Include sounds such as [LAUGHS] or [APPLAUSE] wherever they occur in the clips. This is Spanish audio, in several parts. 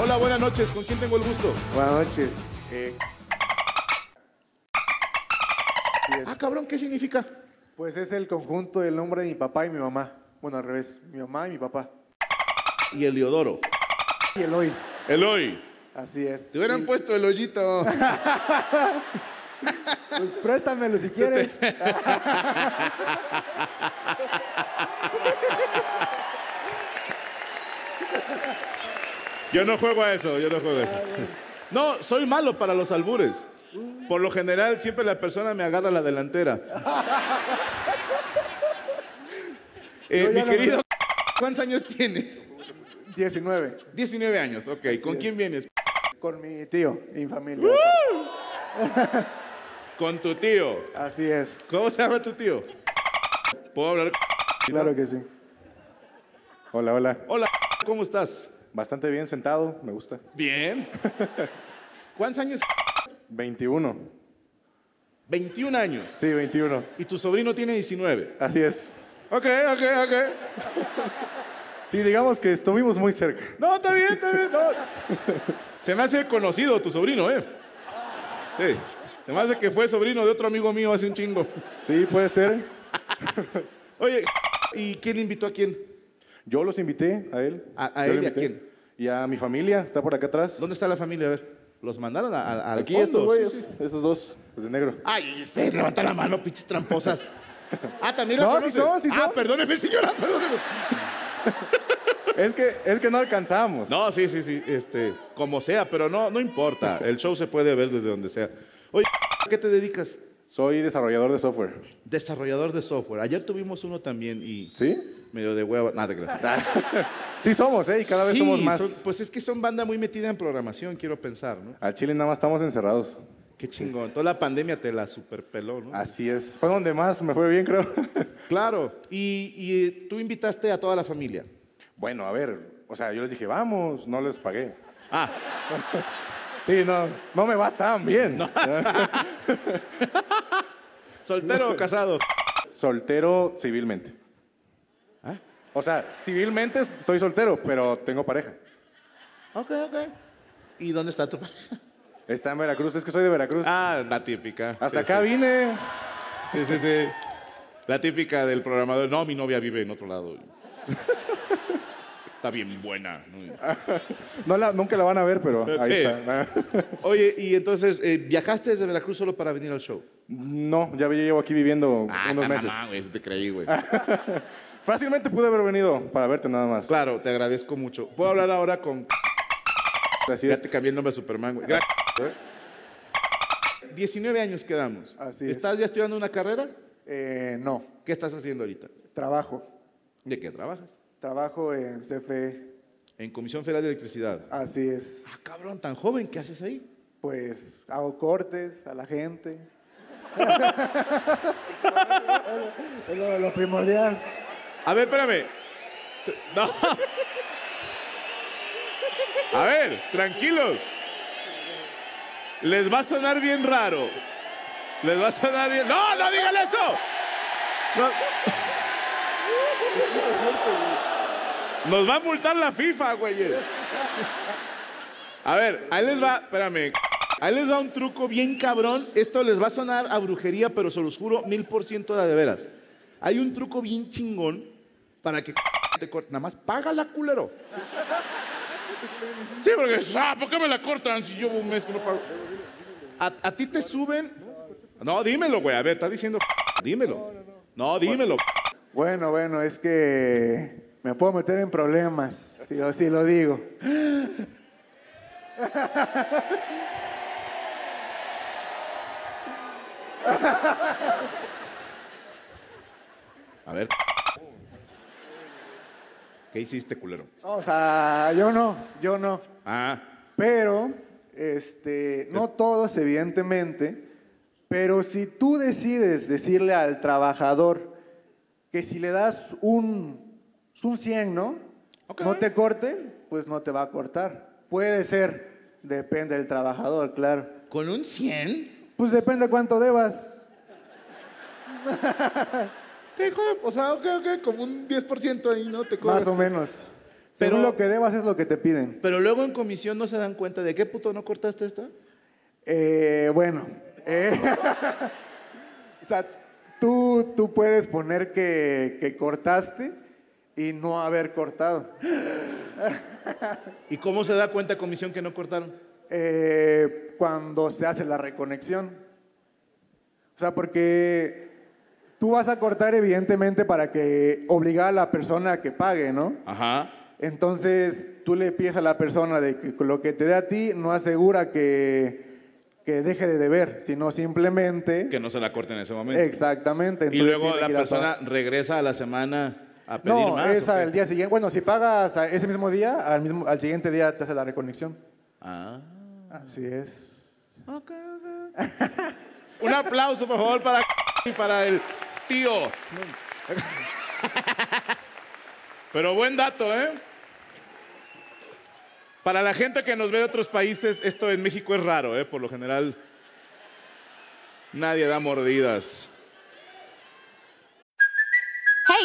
Hola, buenas noches. ¿Con quién tengo el gusto? Buenas noches. Eh, Ah, cabrón, ¿qué significa? pues es el conjunto del nombre de mi papá y mi mamá. Bueno, al revés, mi mamá y mi papá. Y Eliodoro. Y el hoy. Eloy. Así es. Te hubieran Y, puesto el hoyito. Pues préstamelo [LAUGHS] si quieres. [LAUGHS] Yo no juego a eso, yo no juego a eso. No, soy malo para los albures. Por lo general, siempre la persona me agarra la [LAUGHS] delantera. Eh, Yo ya mi no- querido, [LAUGHS] ¿cuántos años tienes? 19. 19 años, ok. ¿Con es. quién vienes? Con mi tío y mi familia. ¡Uh! Con tu tío. Así es. ¿Cómo se llama tu tío? ¿Puedo hablar? Claro que sí. Hola, hola. Hola, ¿cómo estás? Bastante bien sentado, me gusta. [LAUGHS] Bien. ¿Cuántos años? 21. 21 años. Sí, 21. Y tu sobrino tiene 19. Así es. Ok, ok, ok. Sí, digamos que estuvimos muy cerca. No, está bien, está bien. no. [LAUGHS] Se me hace conocido tu sobrino, ¿eh? Sí. Se me hace que fue sobrino de otro amigo mío hace un chingo. Sí, puede ser. Oye, ¿y quién invitó a quién? Yo los invité a él. ¿A- a Yo lo él y a invité. quién? Y a mi familia, está por acá atrás. ¿Dónde está la familia? A ver, los mandaron a, a- al Aquí fondo. estos güeyes, sí, sí. esos dos, los de negro. Ay, usted levanta la mano, pinches tramposas. Ah, también No, lo sí conoces? son, sí Ah, son. perdóneme, señora, perdóneme. Es que, es que no alcanzamos. No, sí, sí, sí, este, como sea, pero no, no importa. El show se puede ver desde donde sea. Oye, ¿a qué te dedicas? Soy desarrollador de software. Desarrollador de software. Ayer tuvimos uno también y ¿Sí? medio de hueva. Nada, gracias. [LAUGHS] Sí somos, ¿eh? Y cada vez Sí, somos más. son- pues es que son banda muy metida en programación, quiero pensar, ¿no? A Chile nada más estamos encerrados. Qué chingón. Toda la pandemia te la superpeló, ¿no? Así es. Fue donde más me fue bien, creo. [LAUGHS] Claro. Y, y eh, tú invitaste a toda la familia. Bueno, a ver, o sea, yo les dije, vamos, no les pagué. Ah. [LAUGHS] sí, no, no me va tan bien. ¿Soltero o casado? Soltero civilmente. ¿Ah? O sea, civilmente estoy soltero, pero tengo pareja. Ok, ok. ¿Y dónde está tu pareja? Está en Veracruz, es que soy de Veracruz. Ah, la típica. Hasta Sí, acá sí. vine. Sí, sí, sí. La típica del programador. No, mi novia vive en otro lado. Está bien buena. ¿no? No la- nunca la van a ver, pero ahí Sí. está. Oye, y entonces, eh, ¿viajaste desde Veracruz solo para venir al show? No, ya llevo aquí viviendo unos esa meses. Ah, mamá, güey, eso te creí, güey. Fácilmente pude haber venido para verte nada más. Claro, te agradezco mucho. Puedo hablar ahora con... Así Ya es. te cambié el nombre a Superman, güey. Gracias. güey. 19 años quedamos. Así es. ¿Estás ya estudiando una carrera? Eh, no. ¿Qué estás haciendo ahorita? Trabajo. ¿De qué trabajas? Trabajo en CFE. En Comisión Federal de Electricidad. Así es. Ah, cabrón, tan joven, ¿qué haces ahí? Pues hago cortes a la gente. [LAUGHS] Es lo, lo primordial. A ver, espérame. T- No. A ver, tranquilos. Les va a sonar bien raro. Les va a sonar bien. ¡No, no digan eso! No. Nos va a multar la FIFA, güeyes. A ver, ahí les va, espérame. Ahí les va un truco bien cabrón. Esto les va a sonar a brujería, pero se los juro mil por ciento de a de veras. Hay un truco bien chingón para que te corten. Nada más págala, culero. Sí, porque, ah, ¿por qué me la cortan si llevo un mes que no pago? A, a ti te suben. No, dímelo, güey. A ver, está diciendo. Dímelo. No, dímelo. Bueno, bueno, es que me puedo meter en problemas, si lo, si lo digo. A ver. ¿Qué hiciste, culero? No, o sea, yo no, yo no. Ah, Pero, este, no todos, evidentemente, pero si tú decides decirle al trabajador que si le das un, es un 100, ¿no? Ok. No te corte, pues no te va a cortar. Puede ser, depende del trabajador, claro. ¿con un 100? Pues depende cuánto debas. Te co- o sea, ok, ok, como un 10% ahí, ¿no? Te Más cobran. o menos. Pero- este Pero lo que debas es lo que te piden. Pero luego en comisión no se dan cuenta de qué puto no cortaste esta. Eh, bueno. eh, [LAUGHS] o sea, tú, tú puedes poner que, que cortaste y no haber cortado. ¿Y cómo se da cuenta comisión que no cortaron? Eh, cuando se hace la reconexión. O sea, porque tú vas a cortar evidentemente para que obligar a la persona a que pague, ¿no? Ajá. Entonces tú le pides a la persona de que lo que te dé a ti no asegura que, que deje de deber, sino simplemente... Que no se la corten en ese momento. Exactamente. Y entonces luego tiene que la ir a persona pagar. regresa a la semana a pedir No, más. ¿o es qué? al día siguiente. Bueno, si pagas a- ese mismo día, al, mismo, al siguiente día te hace la reconexión. Ah. Así es. Un aplauso, por favor, para y para el tío. Pero buen dato, ¿eh? Para la gente que nos ve de otros países, esto en México es raro, ¿eh? Por lo general, nadie da mordidas. Hey,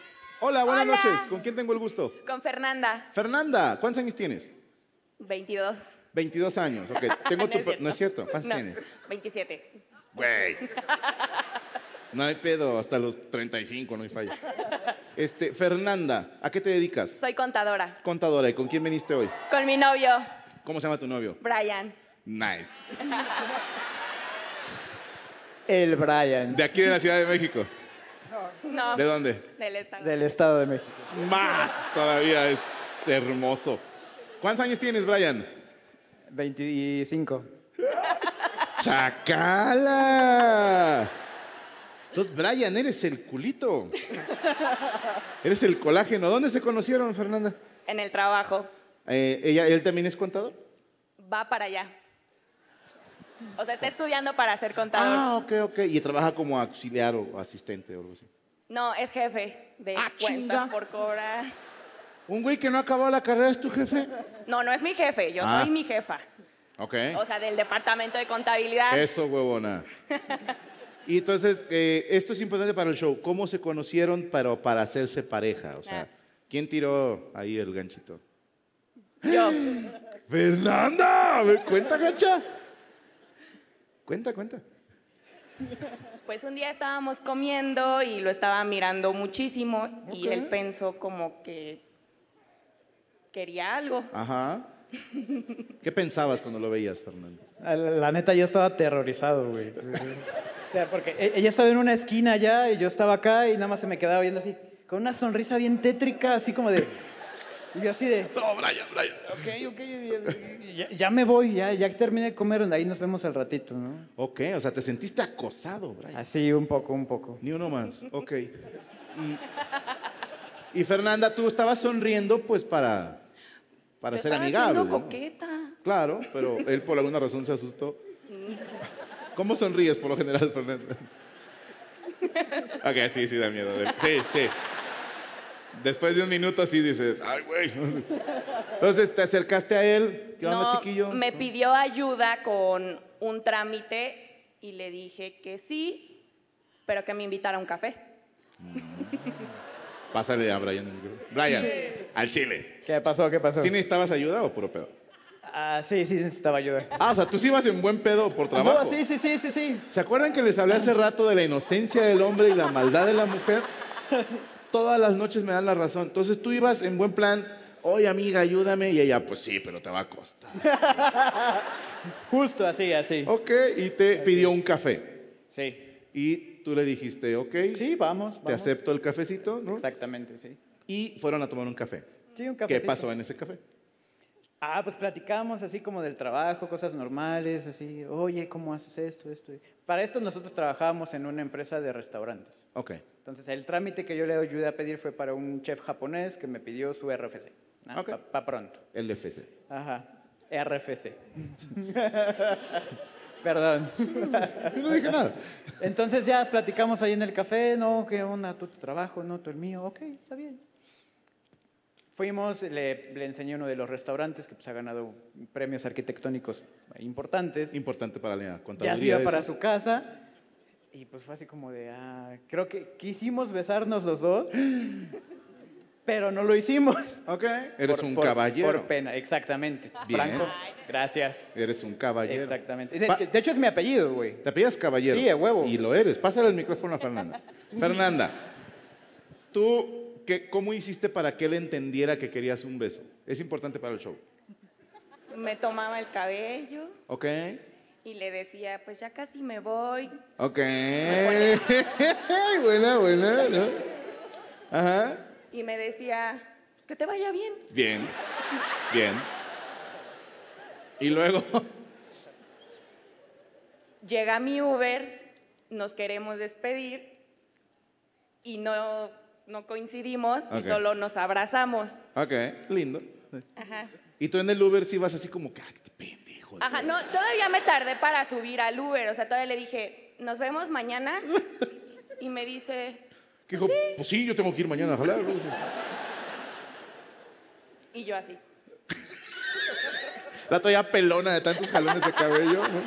Hola, buenas Hola. noches. ¿Con quién tengo el gusto? con Fernanda, Fernanda, ¿cuántos años tienes? 22. 22 años, ok. Tengo tu... per- [LAUGHS] No es cierto, ¿cuántos No, tienes? 27. Güey. No hay pedo, hasta los 35 no hay falla. Este, Fernanda, ¿a qué te dedicas? Soy contadora. Contadora, ¿y con quién viniste hoy? Con mi novio, ¿Cómo se llama tu novio? Brian. Nice. El Brian ¿De aquí de la Ciudad de México? No, ¿De dónde? del estado. del Estado de México. Más todavía, es hermoso. ¿Cuántos años tienes, Brian? 25. ¡Chacala! Entonces, Brian, eres el culito. Eres el colágeno. ¿Dónde se conocieron, Fernanda? En el trabajo. Eh, ella, ¿Él también es contador? Va para allá. O sea, está estudiando para ser contador. Ah, ok, ok. Y trabaja como auxiliar o asistente o algo así. No, es jefe de Ah, cuentas chinga. por cobrar. ¿Un güey que no ha acabado la carrera es tu jefe? No, no es mi jefe, yo Ah. soy mi jefa. Ok. [LAUGHS] O sea, del departamento de contabilidad. Eso, huevona. Y entonces, eh, esto es importante para el show. ¿Cómo se conocieron para, para hacerse pareja? O Ah. sea, ¿quién tiró ahí el ganchito? Yo. [GASPS] ¡Fernanda! ¿Me cuenta, gacha? Cuenta, cuenta. Pues un día estábamos comiendo y lo estaba mirando muchísimo y Ok. él pensó como que quería algo. Ajá. ¿Qué pensabas cuando lo veías, Fernando? La, la neta, yo estaba aterrorizado, güey. O sea, porque e- ella estaba en una esquina allá y yo estaba acá y nada más se me quedaba viendo así, con una sonrisa bien tétrica, así como de... Y yo así de... No, Brian, Brian. Ok, ok, ya, ya me voy, ya, ya terminé de comer, ahí nos vemos al ratito, ¿no? Ok, o sea, te sentiste acosado, Brian. Así, un poco, un poco. Ni uno más, ok. Y, y Fernanda, tú estabas sonriendo pues para, para Yo ser estaba amigable. siendo ¿no? coqueta. Claro, pero él por alguna razón se asustó. ¿Cómo sonríes por lo general, Fernanda? ok, sí, sí, da miedo. Sí, sí. Después de un minuto sí dices, ay, güey. Entonces te acercaste a él. ¿Qué onda, No, chiquillo? Me pidió ayuda con un trámite y le dije que sí, pero que me invitara a un café. Pásale a Brian el micrófono. Brian, al chile. ¿Qué pasó? ¿Qué pasó? ¿Sí necesitabas ayuda o puro pedo? Ah, sí, sí, necesitaba ayuda. Ah, o sea, tú sí ibas en buen pedo por trabajo. No, sí, sí, sí, sí, sí. ¿Se acuerdan que les hablé hace rato de la inocencia del hombre y la maldad de la mujer? Todas las noches me dan la razón. Entonces tú ibas en buen plan, oye amiga, ayúdame. Y ella, pues sí, pero te va a costar. Justo así, así. Ok, y te pidió un café. Sí. Y tú le dijiste, ok. Sí, vamos. Te vamos. acepto el cafecito, ¿no? Exactamente, sí. Y fueron a tomar un café. Sí, un ¿Qué cafecito. pasó en ese café? Ah, pues platicamos así como del trabajo, cosas normales, así, oye, ¿cómo haces esto, esto? Para esto nosotros trabajábamos en una empresa de restaurantes. Ok. Entonces, el trámite que yo le ayudé a pedir fue para un chef japonés que me pidió su RFC. ¿no? Ok. Pa- pa pronto. El de FC. Ajá. RFC. [LAUGHS] Perdón. Yo no dije nada. Entonces ya platicamos ahí en el café, no, qué onda, tú tu trabajo, no, tú el mío, ok, está bien. Fuimos, le, le enseñé uno de los restaurantes que pues, ha ganado premios arquitectónicos importantes. Importante para la contabilidad. Ya se iba eso. para su casa y pues fue así como de, ah, creo que quisimos besarnos los dos, pero no lo hicimos. Ok. Eres un caballero. Por pena, exactamente. Bien. Franco, gracias. Eres un caballero. Exactamente. De, Pa- de hecho es mi apellido, güey. Te apellidas caballero. Sí, de huevo. Y lo eres. Pásale el micrófono a [LAUGHS] Fernanda. Fernanda, ¿tú qué, cómo hiciste para que él entendiera que querías un beso? Es importante para el show. Me tomaba el cabello ¿Ok? y le decía, pues ya casi me voy. Ok. [LAUGHS] buena, buena, ¿no? Ajá. Y me decía, "Pues que te vaya bien. Bien. Bien. Y luego. [LAUGHS] Llega mi Uber, nos queremos despedir y no, no coincidimos y Ok. solo nos abrazamos. Ok, lindo. Ajá. Y tú en el Uber sí vas así como, "Ah, qué pendejo. Ajá, no, todavía me tardé para subir al Uber, o sea, todavía le dije, nos vemos mañana. Y me dice, Que dijo, pues sí, yo tengo que ir mañana a jalar. ¿no?" y yo así. La traía pelona de tantos jalones de cabello. ¿no?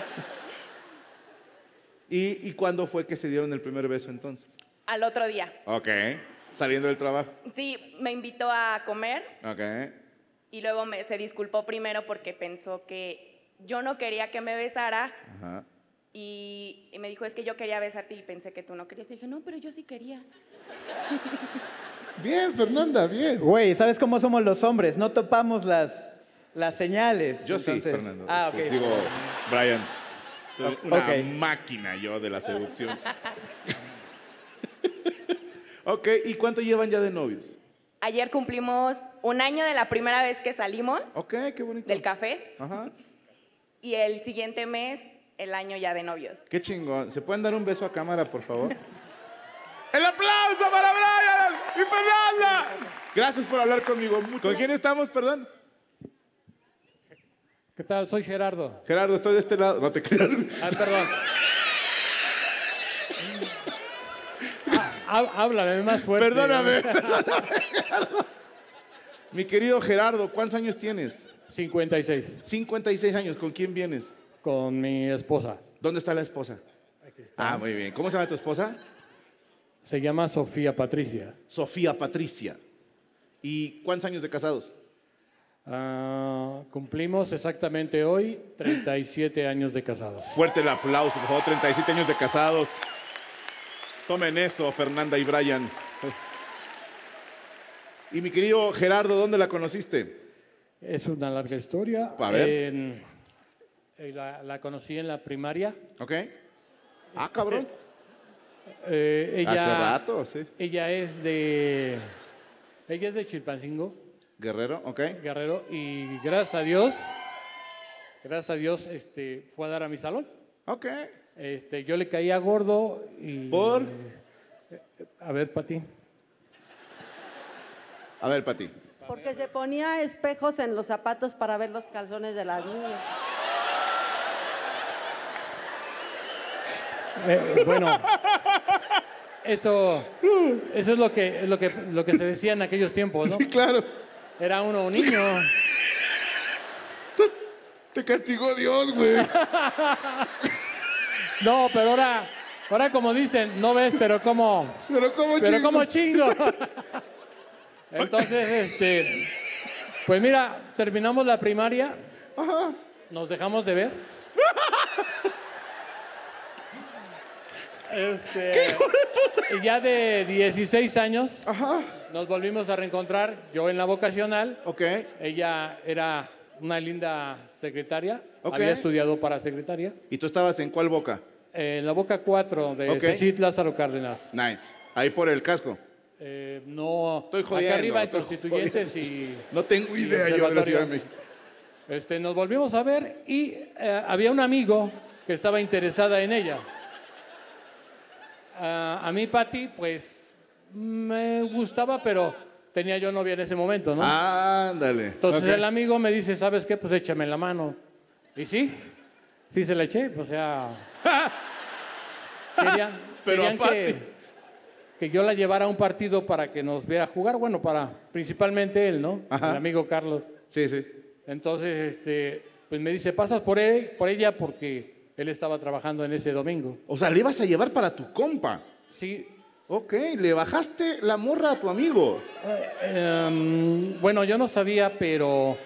¿Y, ¿Y cuándo fue que se dieron el primer beso entonces? Al otro día. Ok. Saliendo del trabajo. Sí, me invitó a comer Ok. y luego me, se disculpó primero porque pensó que yo no quería que me besara Ajá. y, y me dijo, es que yo quería besarte y pensé que tú no querías. Le dije, no, pero yo sí quería. Bien, Fernanda, bien. Güey, ¿sabes cómo somos los hombres? No topamos las, las señales. Yo sí, entonces- Fernando. este, Ah, ok. Digo, Brian. Soy una Ok. máquina yo de la seducción. ok, ¿y cuánto llevan ya de novios? Ayer cumplimos un año de la primera vez que salimos Ok, qué bonito. del café Ajá. y el siguiente mes el año ya de novios. Qué chingón. ¿Se pueden dar un beso a cámara, por favor? ¡El aplauso para Brian y Fernanda! Gracias por hablar conmigo. Muchas ¿Con quién estamos, perdón? ¿Qué tal? Ah, Soy Gerardo. Gerardo, estoy de este lado. No te creas. güey. Ah, perdón. Ah, há- háblame más fuerte. Perdóname, perdóname, Gerardo. Mi querido Gerardo, ¿cuántos años tienes? 56. 56 años. ¿Con quién vienes? Con mi esposa. ¿Dónde está la esposa? Ah, muy bien. ¿Cómo se llama tu esposa? Se llama Sofía Patricia. Sofía Patricia. ¿Y cuántos años de casados? Ah, cumplimos exactamente hoy 37 años de casados. Fuerte el aplauso, por favor, 37 años de casados. Tomen eso, Fernanda y Brian. Y mi querido Gerardo, ¿dónde la conociste? Es una larga historia. A ver. En- eh, la, la conocí en la primaria. Ok. Ah, cabrón. Eh, ella, Hace rato, sí. Ella es de. Ella es de Chilpancingo. Guerrero, ok. Guerrero y gracias a Dios, gracias a Dios, este, fue a dar a mi salón. Ok. Este, yo le caía gordo y... ¿Por? A ver, Pati. A ver, Pati. Porque se ponía espejos en los zapatos para ver los calzones de las niñas. Eh, bueno, eso, eso es lo que, es lo, que, lo que se decía en aquellos tiempos, ¿no? Sí, claro. Era uno un niño. Te castigó Dios, güey. No, pero ahora, ahora como dicen, no ves, pero como... Pero como Pero chingo. como chingo. [LAUGHS] Entonces, este... Pues mira, terminamos la primaria, nos dejamos de ver. Este, Y ya de 16 años nos volvimos a reencontrar, yo en la vocacional. Eh, Ella era una linda secretaria, Ok. había estudiado para secretaria. ¿Y tú estabas en cuál boca? En la boca 4 de Ok. Cecil Eh, Lázaro Cárdenas. Nice. Ahí por el casco. Eh, no, jodiendo, acá arriba de estoy Constituyentes y... No tengo y idea yo de la Ciudad de Observatorio. México. Este, nos volvimos a ver y eh, había un amigo que estaba interesada en ella. Ah, a mí, Patti, pues me gustaba, pero tenía yo novia en ese momento, ¿no? Ándale. Entonces Ok. el amigo me dice, ¿sabes qué? Pues échame la mano. Y sí, sí se la eché, [LAUGHS] o sea... querían Pero querían que, aparte. que yo la llevara a un partido para que nos viera jugar, bueno, para principalmente él, ¿no? Ajá. El amigo Carlos. Sí, sí. Entonces, este, pues me dice, pasas por, él, por ella porque él estaba trabajando en ese domingo. O sea, le ibas a llevar para tu compa. Sí. Ok, le bajaste la morra a tu amigo. Em, bueno, yo no sabía, pero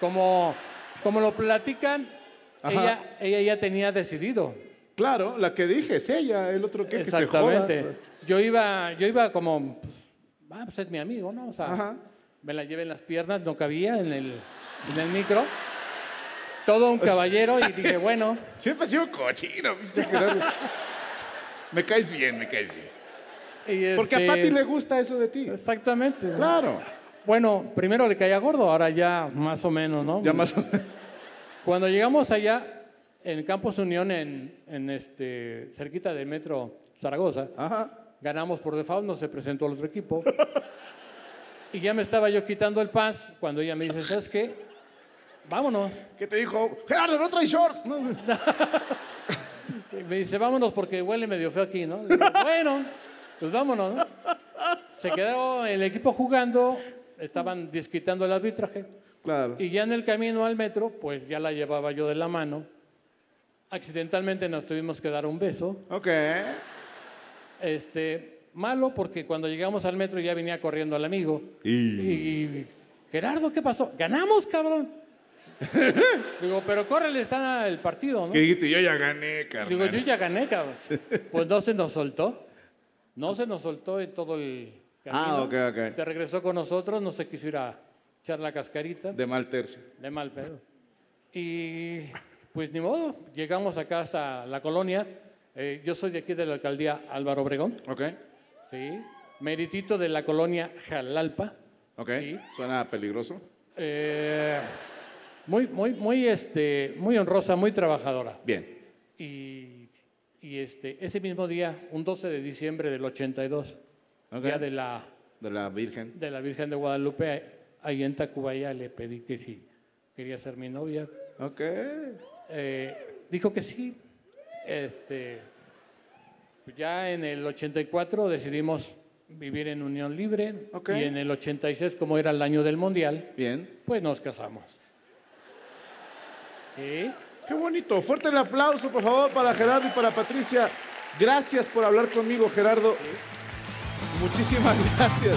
como, como lo platican, Ajá. ella, ella ya tenía decidido. Claro, la que dije, es ella, el otro que, que se joda. Exactamente. Yo iba, yo iba como, pues, ah, pues es mi amigo, ¿no? O sea, me la llevé en las piernas, no cabía en el, en el micro. Todo un caballero y dije, bueno. Siempre ha sido cochino, pinche Gerardo. Me caes bien, me caes bien. [LAUGHS] y Porque a este- Pati le gusta eso de ti. Exactamente. Claro. Bueno, primero le caía gordo, ahora ya más o menos, ¿no? Ya más o menos. Cuando llegamos allá, en Campos Unión, en, en este, cerquita del metro Zaragoza, ganamos por default, no se presentó al otro equipo. y ya me estaba yo quitando el pants cuando ella me dice, ¿sabes qué? Vámonos. ¿Qué te dijo? Gerardo, no traes shorts. Y me dice, vámonos porque huele medio feo aquí, ¿no? Digo, bueno, pues vámonos, ¿no? Se quedó el equipo jugando, estaban disquitando el arbitraje. Claro. Y ya en el camino al metro, pues ya la llevaba yo de la mano. Accidentalmente nos tuvimos que dar un beso. Ok. Este, malo porque cuando llegamos al metro ya venía corriendo el amigo. Y Gerardo, ¿qué pasó? Ganamos, cabrón. Digo, pero córrele, está el partido, ¿no? Que dijiste, yo ya gané, carnal. Digo, yo ya gané, cabrón. Pues no se nos soltó. No se nos soltó en todo el camino. Ah, ok, ok. Se regresó con nosotros, no se quiso ir a echar la cascarita. De mal tercio. De mal pedo. Y pues ni modo, llegamos acá hasta la colonia. Eh, yo soy de aquí de la alcaldía Álvaro Obregón. Ok. Sí. Meritito de la colonia Jalalpa. Ok. Suena peligroso. Eh, muy, muy, muy, este, muy honrosa, muy trabajadora. Bien. Y, y, este, ese mismo día, un 12 de diciembre del 82, día de la, De la Virgen. de la Virgen de Guadalupe, ahí en Tacubaya le pedí que si quería ser mi novia. Ok. dijo que sí. Este, ya en el 84 decidimos vivir en unión libre Ok. y en el 86, como era el año del Mundial, Bien. pues nos casamos. ¿Sí? Qué bonito. Fuerte el aplauso, por favor, para Gerardo y para Patricia. Gracias por hablar conmigo, Gerardo. Muchísimas gracias.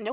No